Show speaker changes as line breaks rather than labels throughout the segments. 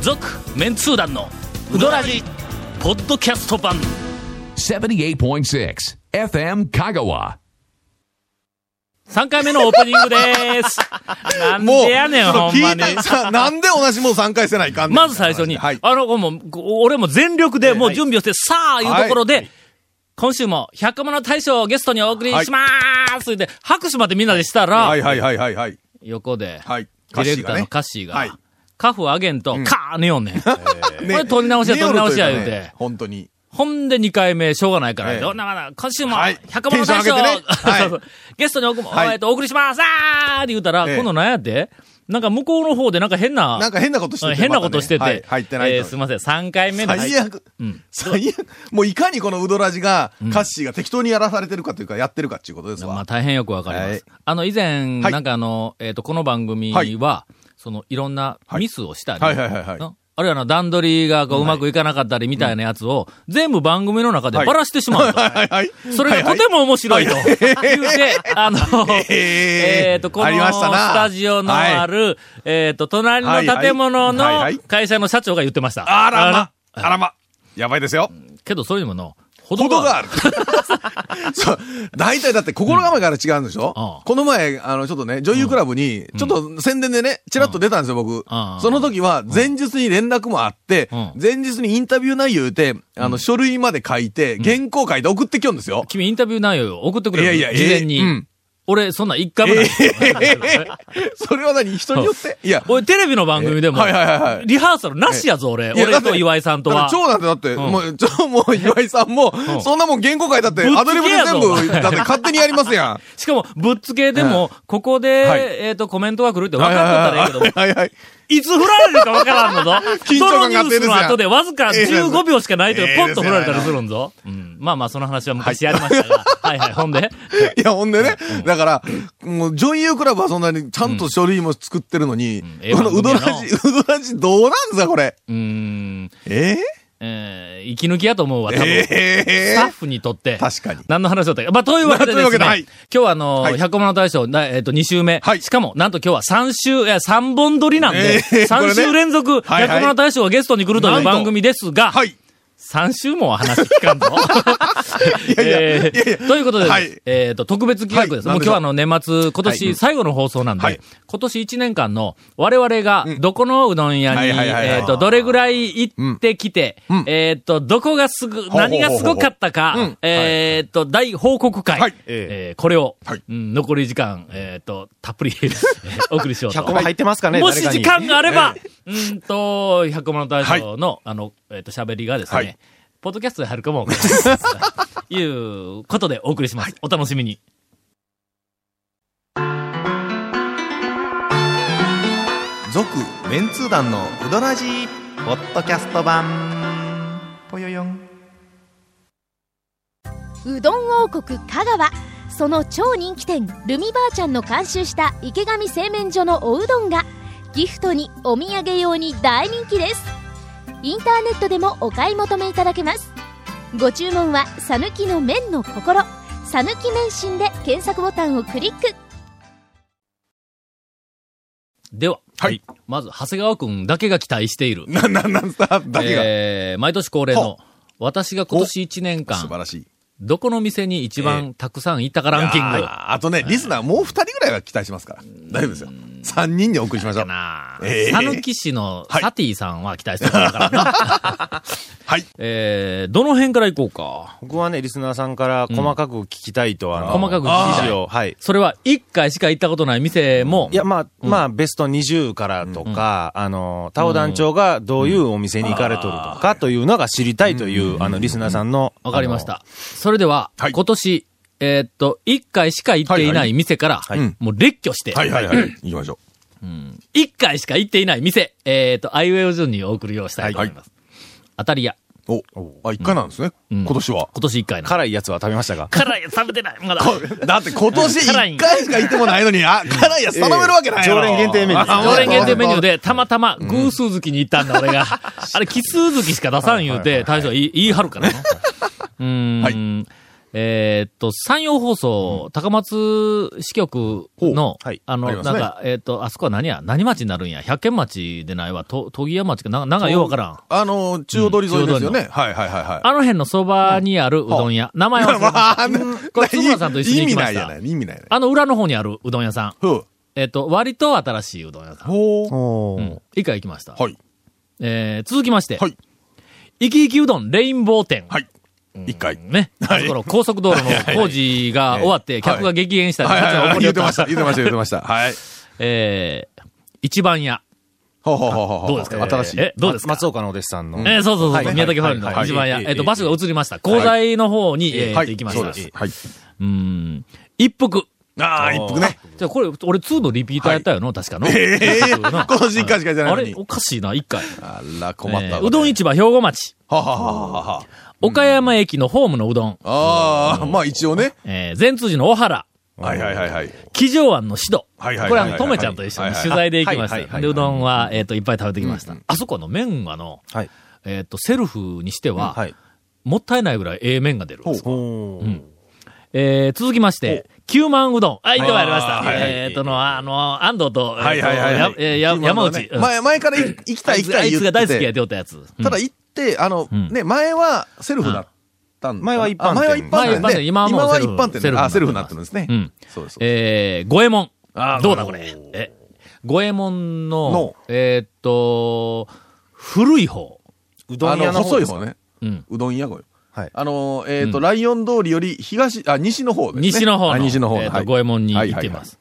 続メンツー団のウドラジポッドキャスト版
78.6 FM Kagawa.
3回目のオープニングです。なん
もう、
でやねん、
ちょ
ほ
っ
ん
と聞
ま
い
に
た。さなんで同じもの3回せないかんねん
まず最初に、
はい。
あの、もう、ご俺も全力でもう準備をして、さあ、いうところで、今週も、百物大賞をゲストにお送りしまーす、で、拍手までみんなでしたら、
はいはいはいはいはい。
横で、
はい。
ディレクターのカッシーが、
はい
カフあげんと、カー寝よんねん。
こ
これ撮り直しや撮り直しや言うて
本当に。
ほんで2回目、しょうがないから、
ええ
どんなまだ、今週も、
はい
百物大賞を、
テンション上げてねはい
そうそう ゲストにお,、
はい
えっとお送りしますあーって言うたら、
ええ
今度なんやってなんか向こうの方でなんか変な、
なんか変なことしてて。
変なことしてて、
またねはい入ってない
えー
と
すいません、3回目で
最悪。最悪。もういかにこのウドラジが、カッシーが適当にやらされてるかというか、やってるかっていうことです
まあ
わ。
大変よくわかります。
はい
あの以前、
はい
なんかあの、えっ、と、この番組は、
はい
そのいろんなミスをしたり、
はいはいはいはい
なあるいはあの段取りがこううまくいかなかったりみたいなやつを、全部番組の中で
はい
ばらしてしまうと。
はいはい。
それがとても面白いと。言うて、あの、えっと、この
ありましたな
スタジオのある、えっと、隣の建物の
はいはい
会社の社長が言ってました。
あらま。あらま。やばいですよ。
けど、それにもの、ほ
ことが ある。そう。大体だって心構えから違うんでしょ、
うん
この前、あの、ちょっとね、女優クラブに、ちょっと宣伝でね、ちらっと出たんですよ、僕。
ん
その時は、前日に連絡もあって、
うん
前日にインタビュー内容言うて、あの、書類まで書いて、原稿書いて送ってきよんですよ。
君インタビュー内容送ってくれる
いやいや
事前に。
ええうん
俺、そんなん一回 もない。
それは何人によっていや、
俺、テレビの番組でも、
はいはいはいはい
リハーサルなしやぞ、俺。
いや
俺と岩井さんとは。
長なんてだって、
ん
もう、ち ょ、もう岩井さんも、
ん
そんなもん原稿書いたって、
ぶっつけやぞ
アドリブで全部、だって勝手にやりますやん。
しかも、ぶっつけでも、ここで、
はい
えっ、と、コメントが来る って分かっとったらいいけど、
はいはいはい。
いつ振られるか分からんのぞ。
緊張感
どの
が出るんですやん
ニュースの後で、わずか
ええですよ
15秒しかないと
ええです
ポ
よ
ッと振られたりするんぞ。うん、まあまあ、その話は昔やりましたが。はい、はい、ほんで。
いや、ほんでね、だから、もう、女優クラブはそんなにちゃんと書類も作ってるのに、
ええ
このうどら
番組
じ、うどらじどうなんですか、これ。
うーん、
え
えー、息抜きやと思うわ、多
え
分。ス
え
タッ
え
フにとって。
確かに
何の話だったっけまあ、というわけでですね。
まあというわけではい
今日はあの、
はい
100コマの大賞、なえっ、と、2週目。
はい
しかも、なんと今日は3週、いや、3本撮りなんで、
ええ
3
これ
週
ね
連続、
はい
100コマの大賞がゲストに来ると
ないん
う
と
番組ですが、
はい。
3週も話聞かん ぞ。
いやいや、
え
いやいや
ーということで、
はい
えっと、特別企画です。
はい
もう今日はあの、年末、今
は
年
い
最後の放送なんで、
はい
今年1年間の、我々が、どこのうどん屋に、
はいはいはいはい
えっと、どれぐらい行ってきて、えっと、どこがすぐ、
ほう
何がすごかったか、
うん
えっと、大報告会、
はい
えーこれを、
はい
うん残り時間、えっと、たっぷり、 えーお送りしようと。
100コマ入ってますかね、
も
誰
し
かに
時間があれば、うんと、100万の大将の、あの、えっ、と、喋りがですね、
はい
ポッドキャストで入るかもわかりません、 いうことでお送りします。お楽しみに。
続、メンツー団のうどらじ、ポッドキャスト版、ぽよよん。
うどん王国香川その超人気店ルミばあちゃんの監修した池上製麺所のおうどんがギフトにお土産用に大人気ですインターネットでもお買い求めいただけますご注文は「さぬきの麺の心」「さぬき麺心」で検索ボタンをクリック
では、
はい
まず、長谷川くんだけが期待している。
な、な、なんだ、だけが。
えー毎年恒例の、私が今年1年
素晴
間、
らしい。
どこの店に一番たくさん行ったかランキング。
あーあとね、リスナーもう2人ぐらいは期待しますから。大丈夫ですよ。3人にお送りしましょう。
なあ
ええ
さぬき市の
はい
サティさんは期待してるからな。
はい。
えーどの辺から行こうか。
僕はね、リスナーさんから細かく聞きたいと、あの、
細かく聞きたい
記事を、はい。
それは一回しか行ったことない店も、
いや、まあ、まあ、ベスト20からとか、あの、タオ団長がどういうお店に行かれとるとか、というのが知りたいという、あの、リスナーさんの。
わかりました。それでは、
はい
今年、えーっと、一回しか行ってい
はい
な
はい
店から、
い
もう列挙して、
はいはいはい。行きましょ
一回しか行っていない店、えーっと、アイウェイを順にお送りをしたいと思います。当たり屋。
う。お、あ、1回なんですね。今年は。
今年一回
あの。
な。
辛いやつは食べましたか
辛いやつ食べてない。まだ。
だって今年1回しか行ってもないのに、あ、辛いやつ頼めるわけないやろ。
ええ常連限定メニューです
あ
常連限定メニューで、たまたま、偶数月に行ったん だ、俺が。 あれ、奇数月しか出さん言うて、大将い言い張るからな。うーん。えーっと、山陽放送、高松支局の
ほ、うはい
あの、
あります
なん
ね
か、えーっと、あそこは何や何町になるんや百軒町でないわ。と、都議屋町かな、なんかようわからん。
あのー、中央通り沿いですよね。
う
はいはいはいはい。
あの辺のそばにあるうどん屋。名 前は忘れました。
あ、
これ津村さんと一緒に行きました
意味ないじゃない、意味ないね。
あの裏の方にあるうどん屋さん。
ふう。
えーっと、割と新しいうどん屋さん。
ほう。
お
う
ー
ん。以下行きました。
はい。
えー、続きまして。
はい。
いきいきうどんレインボー店。
はい。一回。
ね。あの頃、高速道路の工事が終わって、客が激減したり、
はい
客
はい
が
はい
怒り
言
よ
ってました、言ってました、言ってました。はい。
えー、一番屋。
ほうほうほうほほ
どうですか
新しい。
え、どうですか
松岡のお弟子さんの。
えーそうそうそうそう、
はい
宮崎ファミリー
はい
の
はい
一番屋。
はい
えっと、場所が移りました。鉱材の方に、えー
は
行きま
そう
し
で
た。う
す。はい。
ーん。一服。
ああ、一服ね。
じゃあこれ、俺2のリピーターやったよな、確かの。
ええ、
普通 の
この実家しかじゃない
あ
の
れ
に、。
おかしいな、一回。
あら、困っ
え
たわ
ーうどん
ね
市場兵庫町。
はははははは。
岡山駅のホームのうどん。
ああ、まあ一応ね。
えー、善通寺の小原。
はいはいはいはい。
騎乗庵のシド。
はいはいはいは
こ
い
れあの、とめちゃんと一緒に取材で行きまし
はいはいはい
た。
はい
で、うどんは、えっと、いっぱい食べてきました。あそこの麺はの、
はい。
えっと、セルフにしては
は、い。
もったいないぐらいええ麺が出る。
ほう
おー
えー続きまして、九万うどん。あ、いてまいりました。
はいはい
えっとの、あの、安藤と、
はいはいはいは
えー
い
とやえーや山内。うん
前、前からい行きた
あ
い
い
行
つ
きた
あ
い
い
言
つ
ってて
が大好きやっておったやつ。うん
ただ行って、あの、
うん
ね、前はセルフだったん
前は一般店
あ前は一般店
前は一般
ね
店今はもう
今は
セ
一
ルフ
般店ね。あ、
セ
セ
ルフに
ルフに
な
な
っ
ってて
ま
るん
す
ですね。
うん
そうです。
えー、五右衛門。
あー
どうだこ
五右衛
れ。え、五右衛門の、
の
えーっと、古い方。
うど
あ
ん屋
の、
の
細い
です
方ね。
うん。
うどん屋ごよ。
はい
あの、えっ、と、ライオン通りより東、あ、西の方ですね。
西の方の、
あ西の方
えーと
はい
五右衛門に行っています。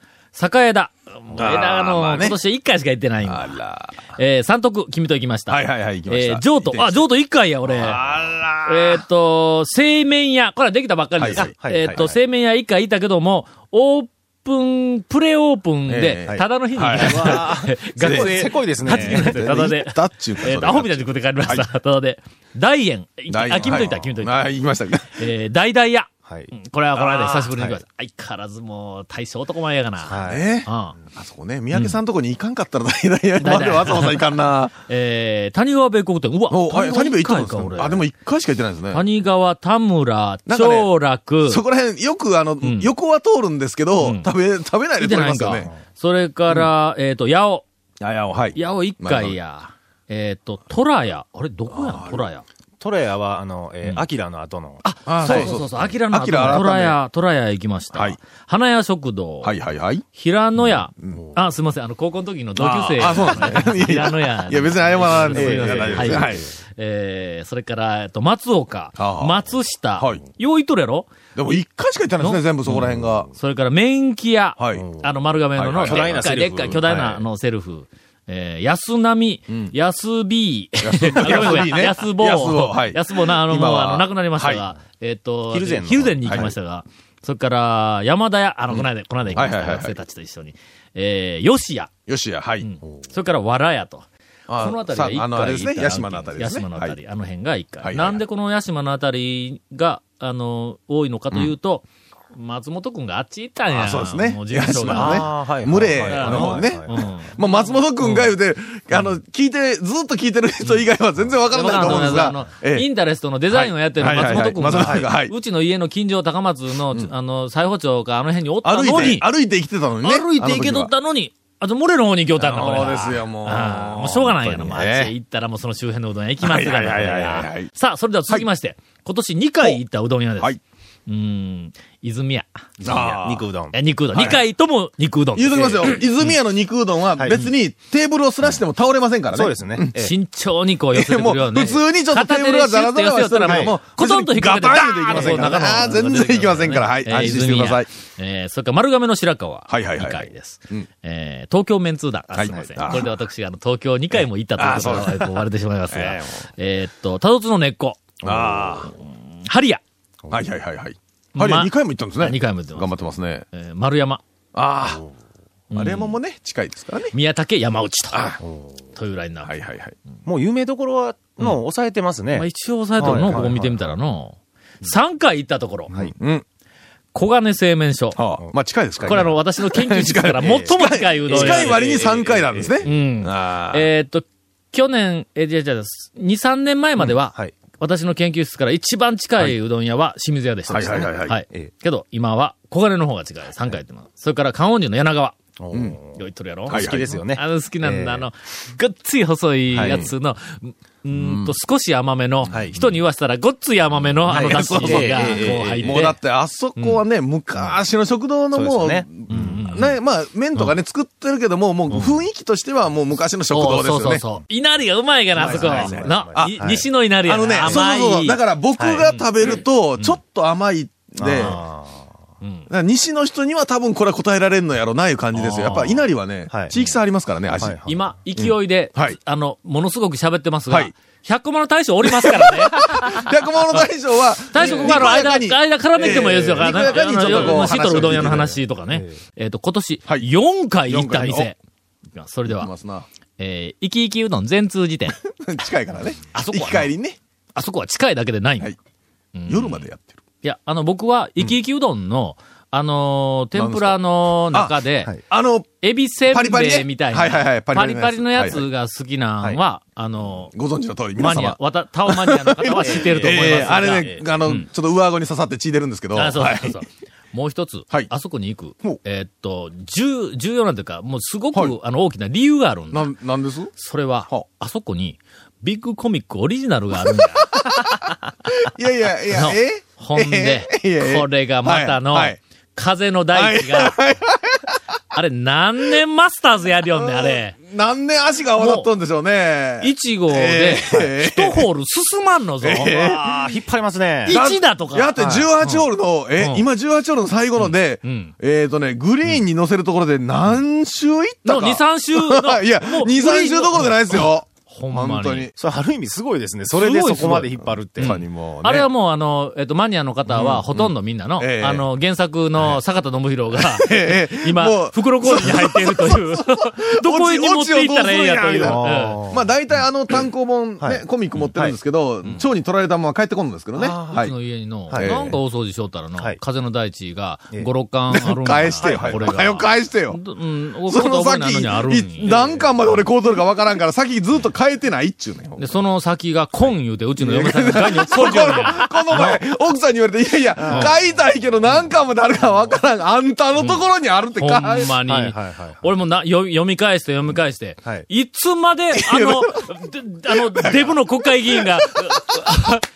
栄枝。もう枝あの、
まあね
今年1回しか行ってないんだ。
あ
えー、三徳、君と行きました。
ら。はいはいはい、行きまし
え
た。
ー、譲渡。あ、
上
譲渡1回や、俺。
あら。
えっ、と、製麺屋。これはできたばっかりです。
はい
はい
えっ、と、
はい
製麺屋1回いたけども、オープン、プレオープンで
ええは、い
ただの日に行きました、学
せこい
生
せこいですね。
ただ で
行っ。たっちゅうか。
えっ、と、アホみたい
い
に食って帰りました。ただで。大円。いあ、君といた、君といた。
はい、行きました。
えー、大々屋。
はい。
うんこれはこの間久しぶりに行きました。相変わらずもう、大将男前やがな。
はい。
ね
うん。
あそこね、三宅さんとこに行かんかったら大変や。 までわざわざ行かんな。
えー、谷川米国店。うわ、
お、あ谷部
一
行った
回
んです
か、俺。
かあ、でも一回しか行ってないんですね。
谷川、田村、
なんかね
長楽。
そこら辺、よくあの
ん、
横は通るんですけ
う
ど
ん、
食べ、食べない
いて
で通り
ない
ま
ん
すよ
か
ね。。
それから、えっと、八尾。
あやお、はい
八尾一回や。えっと、トラヤ。あれ、どこやん、トラヤ。
トレアは、あの、えー、アキラの後の。
あ
そうそうそうそう、アキラの後
アキラ
の
改
ト
め
ラヤ、トラヤ行きました
はい。
花屋食堂。
はいはいはい。
平野屋。あ、すいません、あの、高校の時の同級生。
ああそうなんです ね
平野屋。
いや別に謝らんで
ですいません
いや
は
大
い。
丈夫
は
で
いえー、それから、えっと、松岡
あ、あ
松下
はい。
よういとるやろ
でも一回しか行ってないです
の
ね、全部そこら辺が。
それから、麺木屋。
はい。
あの、丸亀のの、
はい
で
はい
は
っ
い
かい、でっかい、巨大なあのセルフ。えー、安波、安 B、安
安 B ね
安坊、
安坊はい
安坊な、あの、も
今
う、
は
あの、亡くなりましたが
は、
えっと、
蒜山の
蒜に行きましたが、それから、山田屋、あの、この間、この間行きました、
はいはいはい
学生たちと一緒に。えー、吉屋、
よしや、はい。
うんそれから、わらやと。こ
あ
の辺りが一回
さあの、あれです
行
ね、
った
屋島のあたりですね。
屋島のあたり、
はい
あの辺が一回、
はいはいはい
なんでこの屋島のあたりが、あの、多いのかというと、松本くんがあっち行ったんや。
あそうですね
もう事務所が
屋島のね
あーはい
群れ
の方
ね
はい
うん
まあ、松本くんが言うて、あの、聞いて、ずっと聞いてる人以外は全然わからないと思うんです
あの
が、え
イ
え
ンタレストのデザインをやってる
はい
松本君
はいはいはい松本君
が、
がはいう
ちの家の近所高松の、あの、裁縫町かあの辺におったの
歩
に、
いて、歩いて生きてたのにね。
歩いて行けとったのに、あと、モレの方に行きよったんだ、これが。
そうですよもう
ああもうしょうがないやろ、
本
もう
当
あ
にね
っちへ行ったらもうその周辺のうどん屋行きますからね。
はいはいはいはいはい
これがさあ、それでは続きまして、今年2回行ったうどん屋です。
はい。
うーん、泉屋。
ああ
肉うどん。
え肉うどん。2回とも肉うどんです。
言うときますよ。泉屋の肉うどんは別にテーブルをすらしても倒れませんからね。
そうですね。えー
慎重にこう寄せてく
もう
るようね。
普通にちょっとテーブルはザラザラはしてるけども、
コトンと引っ掛けて
ガバーンっていきませんか
ダ
ら。あ
ー
あ、
ンと中の
全然いきませんから。はい。安心してください。。
えー泉屋えーそれから丸亀の白川。
はいはいはい
2回です
うん。
えー東京メンツー団。あ
はい
すみません。
あー
これで私があの東京2回も行った ということ
あー
がこう割れてしまいますが
えーもう。
えーっと、多度津の根っこ。
あ
ハリア。
あ。はいはいはいはい。
ま
ハリー2回も行ったんですね。
2回も行ってます
頑張ってますね。
えー丸山。
ああ。あれももね、近いですからね。
宮武山内と。
あ
というラインナップ
はいはいはい。
もう有名どころは、の、抑えてますね。
まあ一応押さえてる
は
の、
いはい
ここ見てみたらの。3回行ったところ。
うん。
小金製麺所。こ
はあ。まあ近いですから
れあの、私の研究室から最も近いうどん屋です
近い割に3回なんですね。
うん。
ああ。
えーっと、去年、え、じゃじゃ2、3年前までは、
はい
私の研究室から一番近いうどん屋は清水屋でした、
はいはいはいはい
え
けど、今は小金の方が近い。3回やってます。それから関音寺の柳川。
おー
よいっとるやろ、
はいはい
好きですよね。
あの好きなん
え
だ、
ー
あの、ごっつい細いやつの、うーんと少し甘めの、
はい
人に言わせたらごっつい甘めの、あの
はい
だしがこう
そうそう
入って。
もうだって、あそこはね、昔の食堂のも、
そううです
ね
ね
まあ、麺とかね、作ってるけども、もう雰囲気としてはもう昔の食堂ですよね。
そうそうそう。稲荷がうまいから、あそこ。
うまいですね
な、
あ
い
はい
西の稲荷や
あのね、
甘
そ
いう
そうそう。だから僕が食べると、ちょっと甘いんで、だか
あ
ら西の人には多分これは答えられんのやろない感じですよ。やっぱ稲荷はね
は、い
地域差ありますからね、味
は。いはい
今、勢いで、
うんはい
あの、ものすごく喋ってますが、
はい
百駒の大将おりますから ね。
百物大将は、
大将ここから
にこ
間、
やかに
間絡めてもいいですよ。
ええにこやかにちょっとこう
あの
話を
シー
聞いて
トルうどん屋の
いただい
話とかね。えっと、今年、
はい
4回行った
四
店。それで
い
は
ま、すな
えー、生き生きうどん全通時点。
近いからね。
あそこは
行
な
き帰りにね。
あそこは近いだけでないんだ
はい夜までやってる。
いや、あの、僕は、生き生きうどんの、あのー、天ぷらの中で、
はい
あの、
エビせん
パリパリ
べい
ね
みたいな、
はいはいはい
パ
パ
リ
リ
パ
パ
リ
リ
の
の
や
やつ
つが好きなんは、あのー、
ご存知の通り、皆
マニア
様、。
わた、タオマニアの方は知っていると思いますが
ええあれね、あの、
うん
ちょっと上顎に刺さって血出るんですけど。
あ、そう
はい
そうそう。もう一つ、
はい
あそこに行く
ほう、
えーっと、重、重要なんていうか、もうすごく、
はい
あの、大きな理由があるんだ。
なん、なんですい
それは、
は
あそこに、ビッグコミックオリジナルがあるんだ。
やい やい
の
や、え
ほんで
え いやい、や
これがまたの
はいはい、
風の大地が、あれ何年マスターズやりよんねん、あれ。
何年足が泡立っとんでしょうね。
1号で、
ええ
1ホール進まんのぞ。
あー、引っ張りますね。
い一だとか
やって18ホールの、
うん
え、今18ホールの最後ので
うんうん、
えっとね、グリーンに乗せるところで何周いった
の
か。
2、3週の
いや、
も
2、
う
3周どころじゃないですよ。
ほんまに
本当に。
それある意味すごいですね。それです
ごい
そこまで引っ張るって。
他にもね
あれはもうあの、えっと、マニアの方はほとんどみんなの、
ええ
あの、原作の坂田信弘が、
ええも
今
う、
袋小路に入っているという、 どこに持っていったらええんやとい
落ち落ちをどうするんやみた
う
い
うん。
な
あー
まあ大体あの単行本、
は
ね
い、
コミック持ってるんですけど、蝶に取られたまま帰ってこんのですけどね。は
うちの
い。
家にの、
はい
なんか大掃除しよったらの、
はい
風の大地が
え
5、
え
6巻あるんだ
返してよ、
これ
早く
が。
返してよ。
うん、お
そ
こと
の
覚えな
先
のにあるん
い、
や
何巻まで俺こう取るかわからんから、先ずっと変えてないっちゅうねん。
で、その先がコン言うて、うちの嫁さ んが外に落っこ
こ
ちよんや。
の前、奥さんに言われて、いやいや、買いたいけど何巻まであるかわからん。あんたのところにあるって
ほ
買え
んま
はい
に。
はいはい。
俺もな、読み読み返して読み返して、
はい
い、つまで、あの、であの、デブの国会議員が、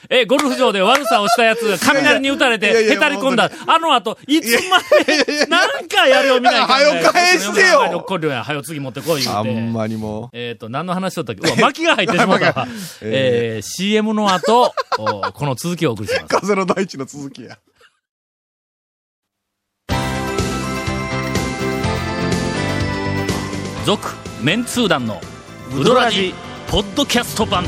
え、ゴルフ場で悪さをしたやつが雷に打たれ
いやい
て、
や
へたり込んだ、あの後、いつまで、なんかやれよ、みたいな。
早よ返してよ
はよ、こりゃ、はよ、次持ってこい、言
あ
うて。
んまにも
えっ、と、何の話だったっけうわ、巻きが入ってしまったわ。えー CM の後、おこの続きをお送りします
う、。風の大地の続きや。
続メンツー団のウドラジポッドキャスト版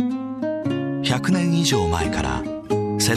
100年以上前から瀬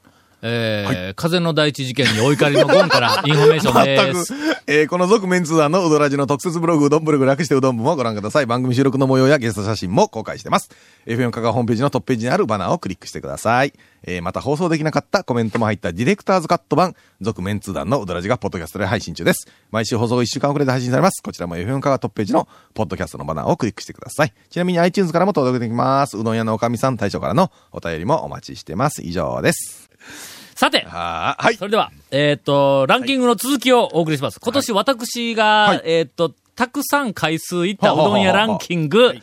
えー風の第一事件にお怒りのゴン からインフォメーション
全
で
く
す。。
えーこの続メンツー団のうどらじの特設ブログ、うどんブログ略してうどん部もご覧ください。番組収録の模様やゲスト写真も公開してます。FM 香川ホームページのトップページにあるバナーをクリックしてください。えーまた放送できなかったコメントも入ったディレクターズカット版、続メンツー団のうどらじがポッドキャストで配信中です。毎週放送1週間遅れで配信されます。こちらも FM 香川トップページのポッドキャストのバナーをクリックしてください。ちなみに iTunes からも届けてきます。うどん屋のおかみさん、大将からのお便りもお待ちしてます。以上です。
さて、
はーはい。
それでは、えっ、と、ランキングの続きをお送りします。今年私が、
はい
えっ、と、たくさん回数行ったうどん屋ランキング、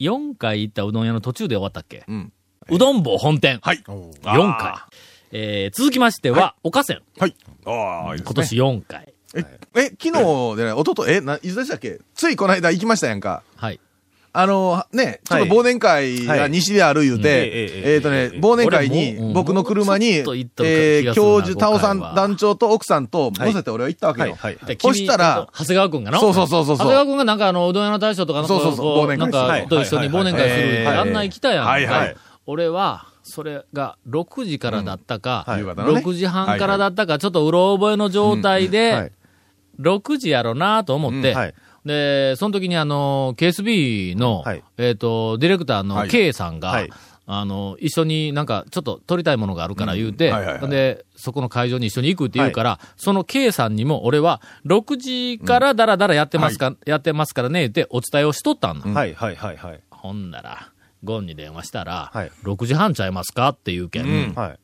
4回行ったうどん屋の途中で終わったっけ、
うん。
うどん坊本店。
はい。
4回。えー続きましては、おかせん。
はい。ああ、いいですね
今年4回。
え、え、昨日じゃない、おととえ、な、いつでしたっけついこの間行きましたやんか。
はい。
あの、ね、ちょっと
はい
忘年会
は
が
い
西である言う
え
て
え、ええ
えっとね
ええ、
忘年会
俺もう
に
ん
僕の車
もうち
に、え
ょっと行った気
ー
がするな
教授、タオさん
今回は
団長と奥さんと乗せて俺は行ったわけ
はい
よ
はい。
で
そしたら、
君と長谷川くんがの
そうそうそうそう
長谷川くんがなんかあの、うどん屋の大将とかの、
そうそうそう
こ
忘年
なん
会
か、と一緒に忘年会する、
はいはいはい
あんな来たやんか。
はいはい
俺は、それが6時からだったか、
うんはい
6時半からだったか、ちょっとうろ覚えの状態で、
はい
6時やろなと思って、
うんはい
で、その時にあの、KSB の、
はい
えっ、と、ディレクター
は
の
い
K さんが、
はい
あの、一緒になんか、ちょっと撮りたいものがあるから言うて、
うんはいはいはい
で、そこの会場に一緒に行くって言うから、その K さんにも、俺は、6時からだらだらやってますか、やってますからね、ってお伝えをしとったんだ。
はいはいはいはい。
ほんなら、ゴンに電話したら、
はい
6時半ちゃいますかって言うけん。
はい。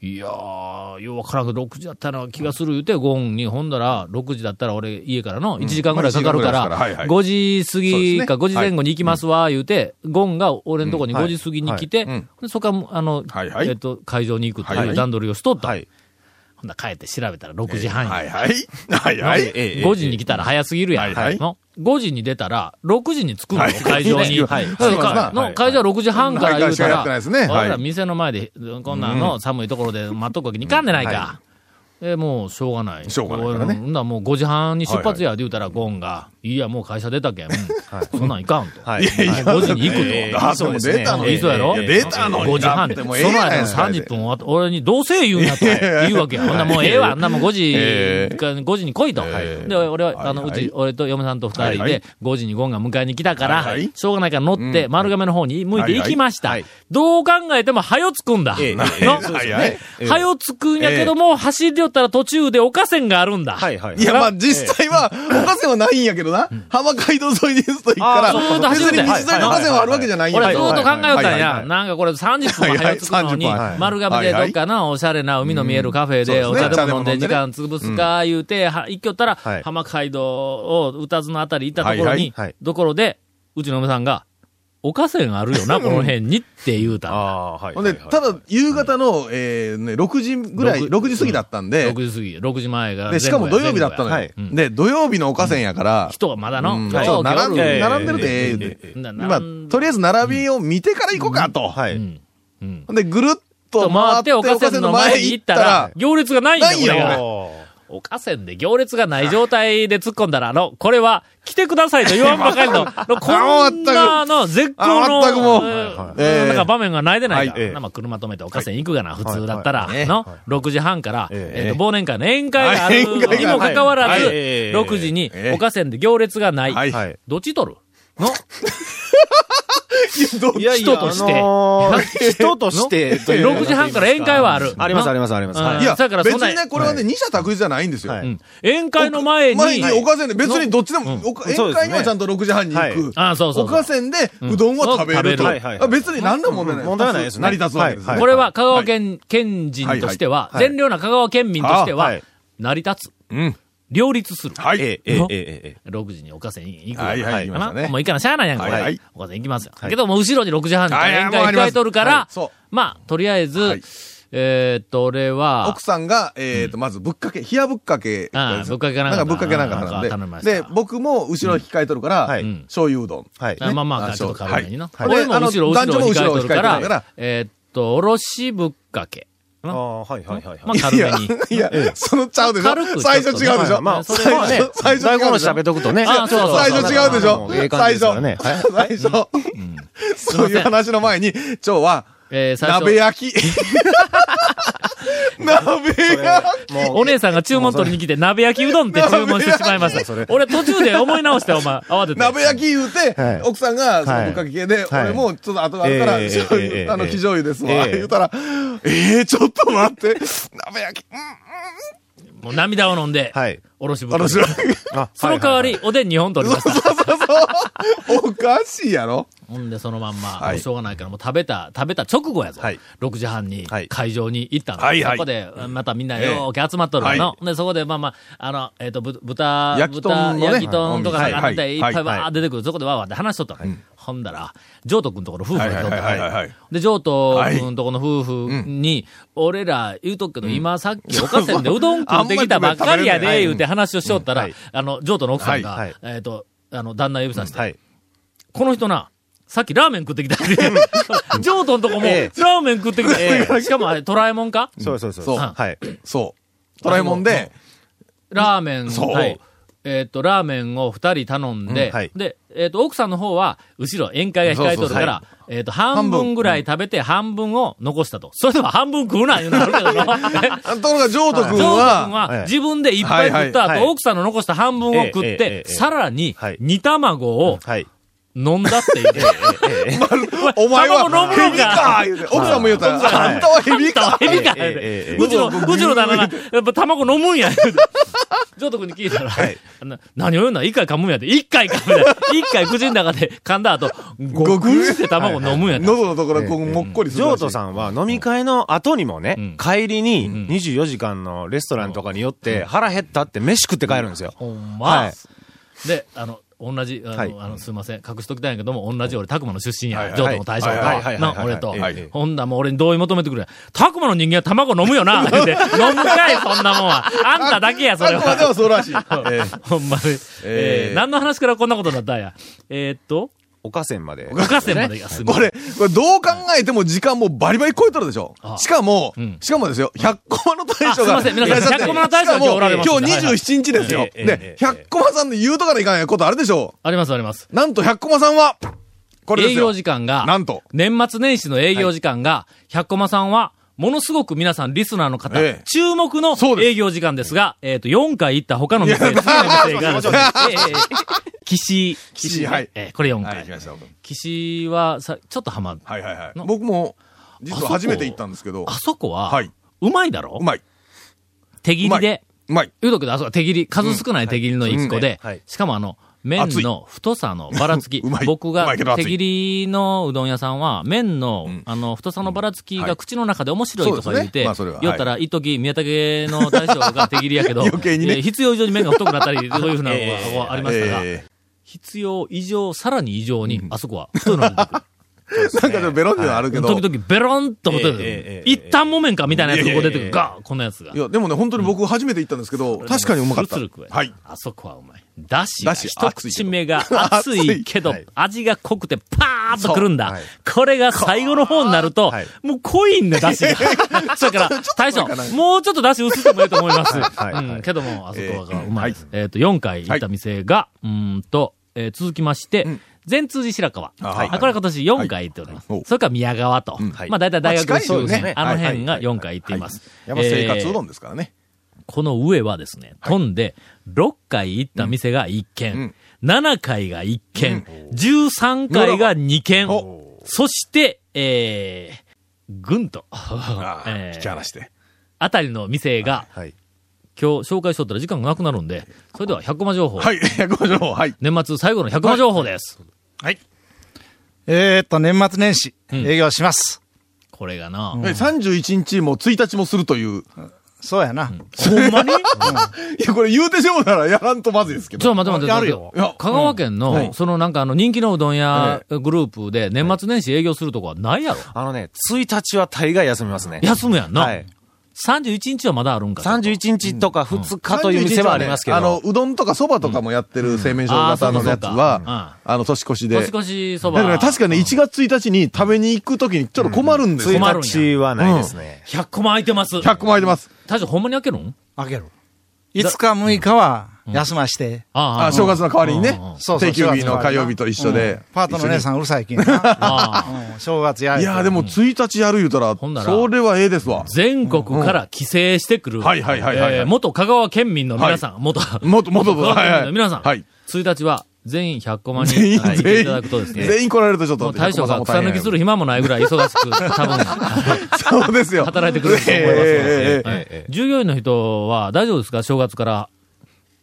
いやー、ようわからんけど、6時だったら気がする言うて、ゴンに、ほんだら、6時だったら俺、家からの1時間ぐらいかかるか
まあ一時間ぐらいですからはいは
ら、
い
5時過ぎか
そ
5
うで
時
すね
前後に行きますわ、言うて、ゴンが俺のとこに
うんは
5
い
時過ぎに来て、
はいうん
でそこから、あの、
はいはい
えっと、会場に行くって
はい
い
は
う
い
段取りをしとった。
はい。
ほんだら帰って調べたら6時半や。
はいはい。はいはい。
ええええ
5時に来たら早すぎるやん。
はいはい
の5時に出たら、6時に着くの、
はい
会場に。
はい
だ
そうです
か
な
ら
は
の
い
会場は6時半から言うた
はい
ら、
やってないですねはい
俺ら店の前で、こんなの寒いところで待っとくわけにいかんでないか。え、もう、しょうがない。
しょうがないからね
ほんならもう5時半に出発や、で言うたら、ゴンが、いや、もう会社出たけん。そんなんいかんと。
はい
やいや、
5時に行くと
ええ
だってもう出たの
いいそうやろ
いや出たのに。
5時半で。
だ
そ
って
の
もうええやな
間
いで
の
すか
30分終わって、俺にどうせ言うなと言うわけや。ほんならもうええわ。ほんならもう5時か、5時に来いと。
ええ
で、俺は、
はい
あの、う
はい
ち、俺と嫁さんと2人
はいは
で
い、
5時にゴンが迎えに来たから
はいはい、
しょうがないから乗って、丸亀の方に向いて行きました
はいはい。
どう考えても、はよつくんだ。
ええ
の
ええ
は
で
いはい。
はよつくんやけども、走りよったら途中でお河川があるんだ。
はいはい。
いや、まあ、実際は、おかせはないんやけどな。浜街道沿いですと行く
あ
か
ーそうそう
ら、別に道沿いにお
はいはい
かせはあるわけじゃないんや
俺
け
ず
ど。
ーっと考えよったん
はいはいは
や。
い
なんかこれ30分も早く着くのに
はいはい30、分
丸亀でどっかな、おしゃれな海の見えるカフェで
うん
お茶でも飲ん
そうですね
で時間潰すか言うて、は行きよったら、
はい
浜街道を歌津のあたり行ったところ
はいはい
に
はい、
ところで、うちの嫁さんが、おかせんあるよな、この辺にって言うた。
ああー、はい。
ほんで、
はいはい
ただ、夕方の、えーね、6時ぐらい、
六
6時過ぎだったんで、
6時過ぎ、6時前が。
で、しかも土曜日だった
前
の
後や
よ
前。
後や
で、土曜日のおかせやから、
人がまだ
う
の。
んちょっと並ん
今日
で、
今日
並んでるで、言うて
なな
今、
ん
とりあえず並びを見てから行こうかと。
は
う
い。
んうん
ほんで、ぐるっ
と
と
回っ、
回ってて、
お
お
か
か
せ
せ
ん
の
の
前
前に
に
行っ
行ったた
ら
ら、、
行列がないんだ
ないんや
これが
おー
おかせんで行列がない状態で突っ込んだら、あの、これは来てくださいと言わんばかり の、こんな、あの、絶好
あ全くもう
の、えー
えー
なんか場面がないでないか。
はいええ
まあ車止めておかせん行くがな、普通だったら
はいは、い
の、6時半から、
え
えっと、忘年会の宴会がある
はい宴会
に
が
もかかわらず、
はいええ
6時に
ええ
おかせんで行列がな。
はいい。
はい。
どっち取る
いやいや
人として
あのー 人としてというのが
?6 時半から宴会はある。
あります
の
ありますあります。はい
い
や
や、
だから
別
そんな
にね、これはね、二者択一じゃないんですよ。
はい
うん宴会の前に、
前におかせんで、別にどっちでも、おか
そう
宴
ですね
会にはちゃんと6時半に行
は
く
い。
あそうそうそう
おかせんで、うどんは食べると。
うん食べる
はいはいは
あ
い
別に何ら問題ない。
うん問題はないですね
成り立つわけですね。
はい
これは香川県、県人としては、
はいはい
善良な香川県民としては、
あはい
成り立つ。
うん。
両立する。
はい。
えええええええ
6時におかせに行く。
はいはい行きましたね
なもう行かなしゃあないやんか、
はいはい
これおかせに行きますよ。けどもう後ろに6時半に
はいはい
宴
もうあ
会
りま
控
す
えとるから、
はいそ
まあ、とりあえず、
はい
えーっと、俺は
奥、さんが、えっと、まず、ぶっかけ、冷やぶっかけ。
ああぶっかけかなん
ん
か
かぶっかけなんか
なんか頼
な
み
ん
まし
で。
た
で、僕も後ろ控えとるから、
はい
醤油うどん。
はい。
あまあまあ、
あ
ちょっと
そう
変わりないな。
はい
俺も
はい
後ろ、
であ
後
の
ろ控えとるか
男女も後ろ控
ら、
えとるから
えーっと、おろしぶっかけ。
ああ、はいはいはい
ま
は
あ、
い。
軽めに。
いや、そのちゃうでしょ
軽くちょっとね
最初違うでしょ
まあ、
そ
そ
れ
れはね、
最初
大根おろし
最
食
初
べとくとね。
あそうそう
最初違うでしょ
ええ感
最初
じですからね。はい。
最初。そういう話の前に、今日は、
えー最初
鍋 焼き。鍋焼き。
お姉さんが注文取りに来て、鍋焼きうどんって注文してしまいまし
それ
た。俺途中で思い直して、お前、慌てて。
鍋焼き言うて
はい、
奥さんが、そのぶっかけ系で、
はい
俺も、ちょっと後があるから、
ええ
醤
ええええ
油あの、非醤油ですわ。
ええ
言うたら、ええ、ちょっと待って、鍋焼き、
もう涙を飲んで、
はい。
おろしぶ
あの、
そ
白い
あ
の代わり、おでん2本取りました。
おかしいやろ
ほんで、そのまんま、
はい
もうしょうがないから、もう食べた、食べた直後やぞ。
はい
6時半に
はい
会場に行ったの。
はいはい
そこで、またみんな
ええ
よーけ集まっとるの。
は
で、そこで、まあまあ、あの、えっ、と、ぶ豚、
焼き豚
豚
のね
焼き豚とか
はい
なんかあって、
はいい
っ
は
ぱ
い
いわーって出てくる。そこでわーわーって話しとったの。ほんだら、上都君とこの夫婦が来とったの。
はいはいはいはいはい
で、上都君とこの夫婦に、俺ら言うとくけど、今さっきおか せんでうどん食ってきたばっかりやで、言うて話をしとったら、
はい
あの、上都の奥さんが、
はいはい
えっ、と、あの、旦那指さして、
はい。
この人な、さっきラーメン食ってきたって言う。 譲渡のとこも、ラ
ええ
ーメン食ってきた。しかもあれ、トラえもんか
そうそうそう。
そう
はい。
そう。ドラえもんで、
ラーメン、
そう
はい。えっ、と、ラーメンを二人頼んで、
うんはい
で、えっ、と、奥さんの方は、後ろ宴会が控えとるから、えっ、と、半分ぐらい食べて半分を残したと。それでも半分食うな、言うのあるけ ども。
あところが、譲渡
ジョー
君
君
は、
は
ええ
自分でいっぱい食った
はい
後、
はい
奥さんの残した半分を食っ
えええええ
て、
え
さらに
はい、
煮卵を
はい。
飲んだって いう。
ええ
お前は
卵飲むのか
ヘビか言うて奥さんも言うたら、あんたはヘビか
ヘビか
ええええええ
うちの、うちの旦那が、やっぱ卵飲むんや。ジョート君に聞いたら、な何を言うな、一回噛むんやって。一回噛むんやって。一回口の中で噛んだ後、ごくんして卵飲むんやって。
喉のところがこうもっこりするらしい。
譲渡さんは飲み会の後にもね、
うん
帰りに
ん
24時間のレストランとかに寄って、腹減ったって飯食って帰るんですよ。
ほんま。
は
で、あの、同じ、あの、
はい
あのすいません、隠しときたいんやけども、同じ俺、たくまの出身
はい
や、
はい
譲渡の大将
はいはいはいは
と、
い
な、
はい
俺と
はいはい、
ほんだもう俺に同意求めてくれ。たくまの人間は卵飲むよな、言うて、飲むかい、そんなもんは。あんただけや、それ
あくまで
は。
はそうらしい。ええ
ほんまに。え
え
ー
ー
何の話からこんなことになったんや。えーっと、
おかせんまで。
おかせまでがすみま
こ
せん
れ、これどう考えても時間もうバリバリ超えとるでしょ
あ。
しかも
うん、
しかもですよ、100コマの大将
あす
が
いません皆さん
いらっしゃって
100コマの大将が今日おられます
しかも今日27日ですよ。
えええええ
で、100コマさんの言うとかないかんやことあるでしょ
ありますあります。
う。なんと100コマさんは、これで
営
す
業
よ。
時間が、
なんと
年末年始の営業時間が、百駒さんは、ものすごく皆さん、リスナーの方、
ええ
注目の
そうです
営業時間ですが、えっ、と、4回行った他の店、
い
次
や
の店があるんですね、ええええ岸、
岸はい
ええこれ4回。
はい、行きました。
岸はさ、ちょっとハマる。
はいはいはい
な。
僕も、実は初めて行ったんですけど
あ、そこは、
はいう
まいだろ
うまい。
手切りで。
うまい。
言うとくけど、あそこは手切り、数少ない手切りの一個で
うんうんはい、
しかもあの、麺
熱い
の太さのばらつき
うま。い
僕
う
が
まいけど熱
手
い
切りのうどん屋さんは、麺の
ん、
あの、太さのばらつき
は
が
い
口の中で面白いとか言っ
そうですね
て
まあそれはは、い
言ったら、一時宮武の大将が手切りやけど、
余計に
え
ね
ー必要以上に麺が太くなった り、そういうふうなの
ええ
がこうありましたが、
ええ
必要以上、さらに異常に、あそこは太いのが出てくる。
なんかちょっとベロンっていうのあるけど。
時々ベロンと太いのが
ええ
出て
ええ
くる。一旦木麺かみたいなやつがこう出てく
え
る。
え
ガーこんなやつが
い。や、でもね、本当に僕初めて行ったんですけど、確かにうまかった
つるつる食え。
はい。
あそこはうまい。だしが
だし
一口目が熱いけど
熱い、
味が濃くてパーッとくるんだ。
そうはい
これが最後の方になると
はい、
もう濃いんだ、だしが。それから、大将、もうちょっとだし薄くてもいいと思います。
はいはい
うん、けども、あそこはうまいです。えっと、4回行った店が、うーんと、えー続きまして、善通寺白川。
あはい
あこれ今年4回行っております。
はいお
それから宮川と。
はい
まあ大体大学
まあ
の
近いよ
周
ね
辺、あの辺が
はいはい
4回行っています。
山生活
え
う
ー
どんですからね。
この上はですね、飛んで、6回行った店が1軒、7回が1軒、13回が2軒
お、
そして、えー、ぐんと、
ああ、
え
引き
ー
離して。
あたりの店が、
はい。
今日紹介しとったら時間がなくなるんで、それでは100コマ情報。
はい、150号、 はい。
年末最後の100コマ情報です。
えー、っと、年末年始、
ん
営業します。
これがな、
え31日も1日もするという。
そうやな。
ほんまに
いや、これ言うてしもうならやらんとまずいですけ
ちょ
ど。
っと待って待って。
あるよ
いや香川県の、そのなんかあの人気のうどん屋グループで年末年始営業するとこはないやろ。
あのね、1日は大概休みますね。
休むやんな。
はい。
31日はまだあるんか。
31日とか2日という店はありますけど。
あの、うどんとかそばとかもやってる製麺所型のやつ
うん
は、あの、年越しで。
年
だ
越しそば。
からね、確かに1月1日に食べに行くときにちょっと困るんですよ。
困
1
るんや
日はないですね。
100個も空いてます。
100個も空いてます。
大将、ほんまに開けるん
開ける。5日、6日は休まして。
あ
あ、正月の代わりにね
うんうん。
そうそ
定
う
休日の火曜日と一緒
う
で
ん。パートの姉さんうるさいけんな
ああ
うん正月や
いやーでも1日やる言うたら
ほんな、ら
それはええですわ。
全国から帰省してくる。
んはいはいはいはいはい
えー元香川県民の皆さん、元、
もっと、もっと、
香川
はい
県民
は
の
い。
皆さん、
はい。
1日は全員100コマに
全員、
はい行ってい
全
ただくとで
員、
すね。
全員来られるとちょっ
も
と。
う大将が草
さん
抜
も大変
きする暇もないぐらい忙し く、多分、
そうですよ。
働いてくれると思いますので
ええええええ
はい従業員の人は大丈夫ですか正月から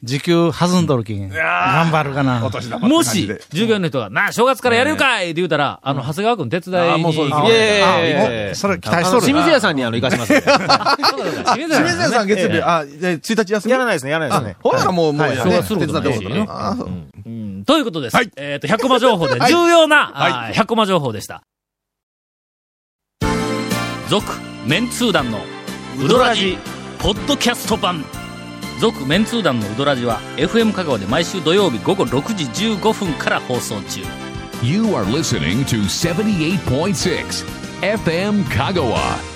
時給弾んどるけん。頑張るかな。
もし、従業員の人が、なあ、正月からやれるかいって言うたら、あの、長谷川君手伝いに行きま
あ
す
いやいやいやいや
あおそれ期
あ
待し
の
とる
清
な。
水屋さんにあの、行か しますね。
清水
清水屋さん月曜
え
日、
え
あ、じゃあ1日休み
やらないですね、やらないですね。
ほらもう、もう
い
や
そう
ね、
する
手
こ
伝
と
っ
な
て
い
も
し
らったらね。あーそう
うんということです。
はい
えっ、と、100コマ情 報で重要な、あー100コマ情報でした。続、メンツー団のウドラジ、ポッドキャスト版。続、メンツー団のウドラジは、FM 香川で毎週土曜日午後6時15分から放送中。
You are listening to 78.6 FM Kagawa.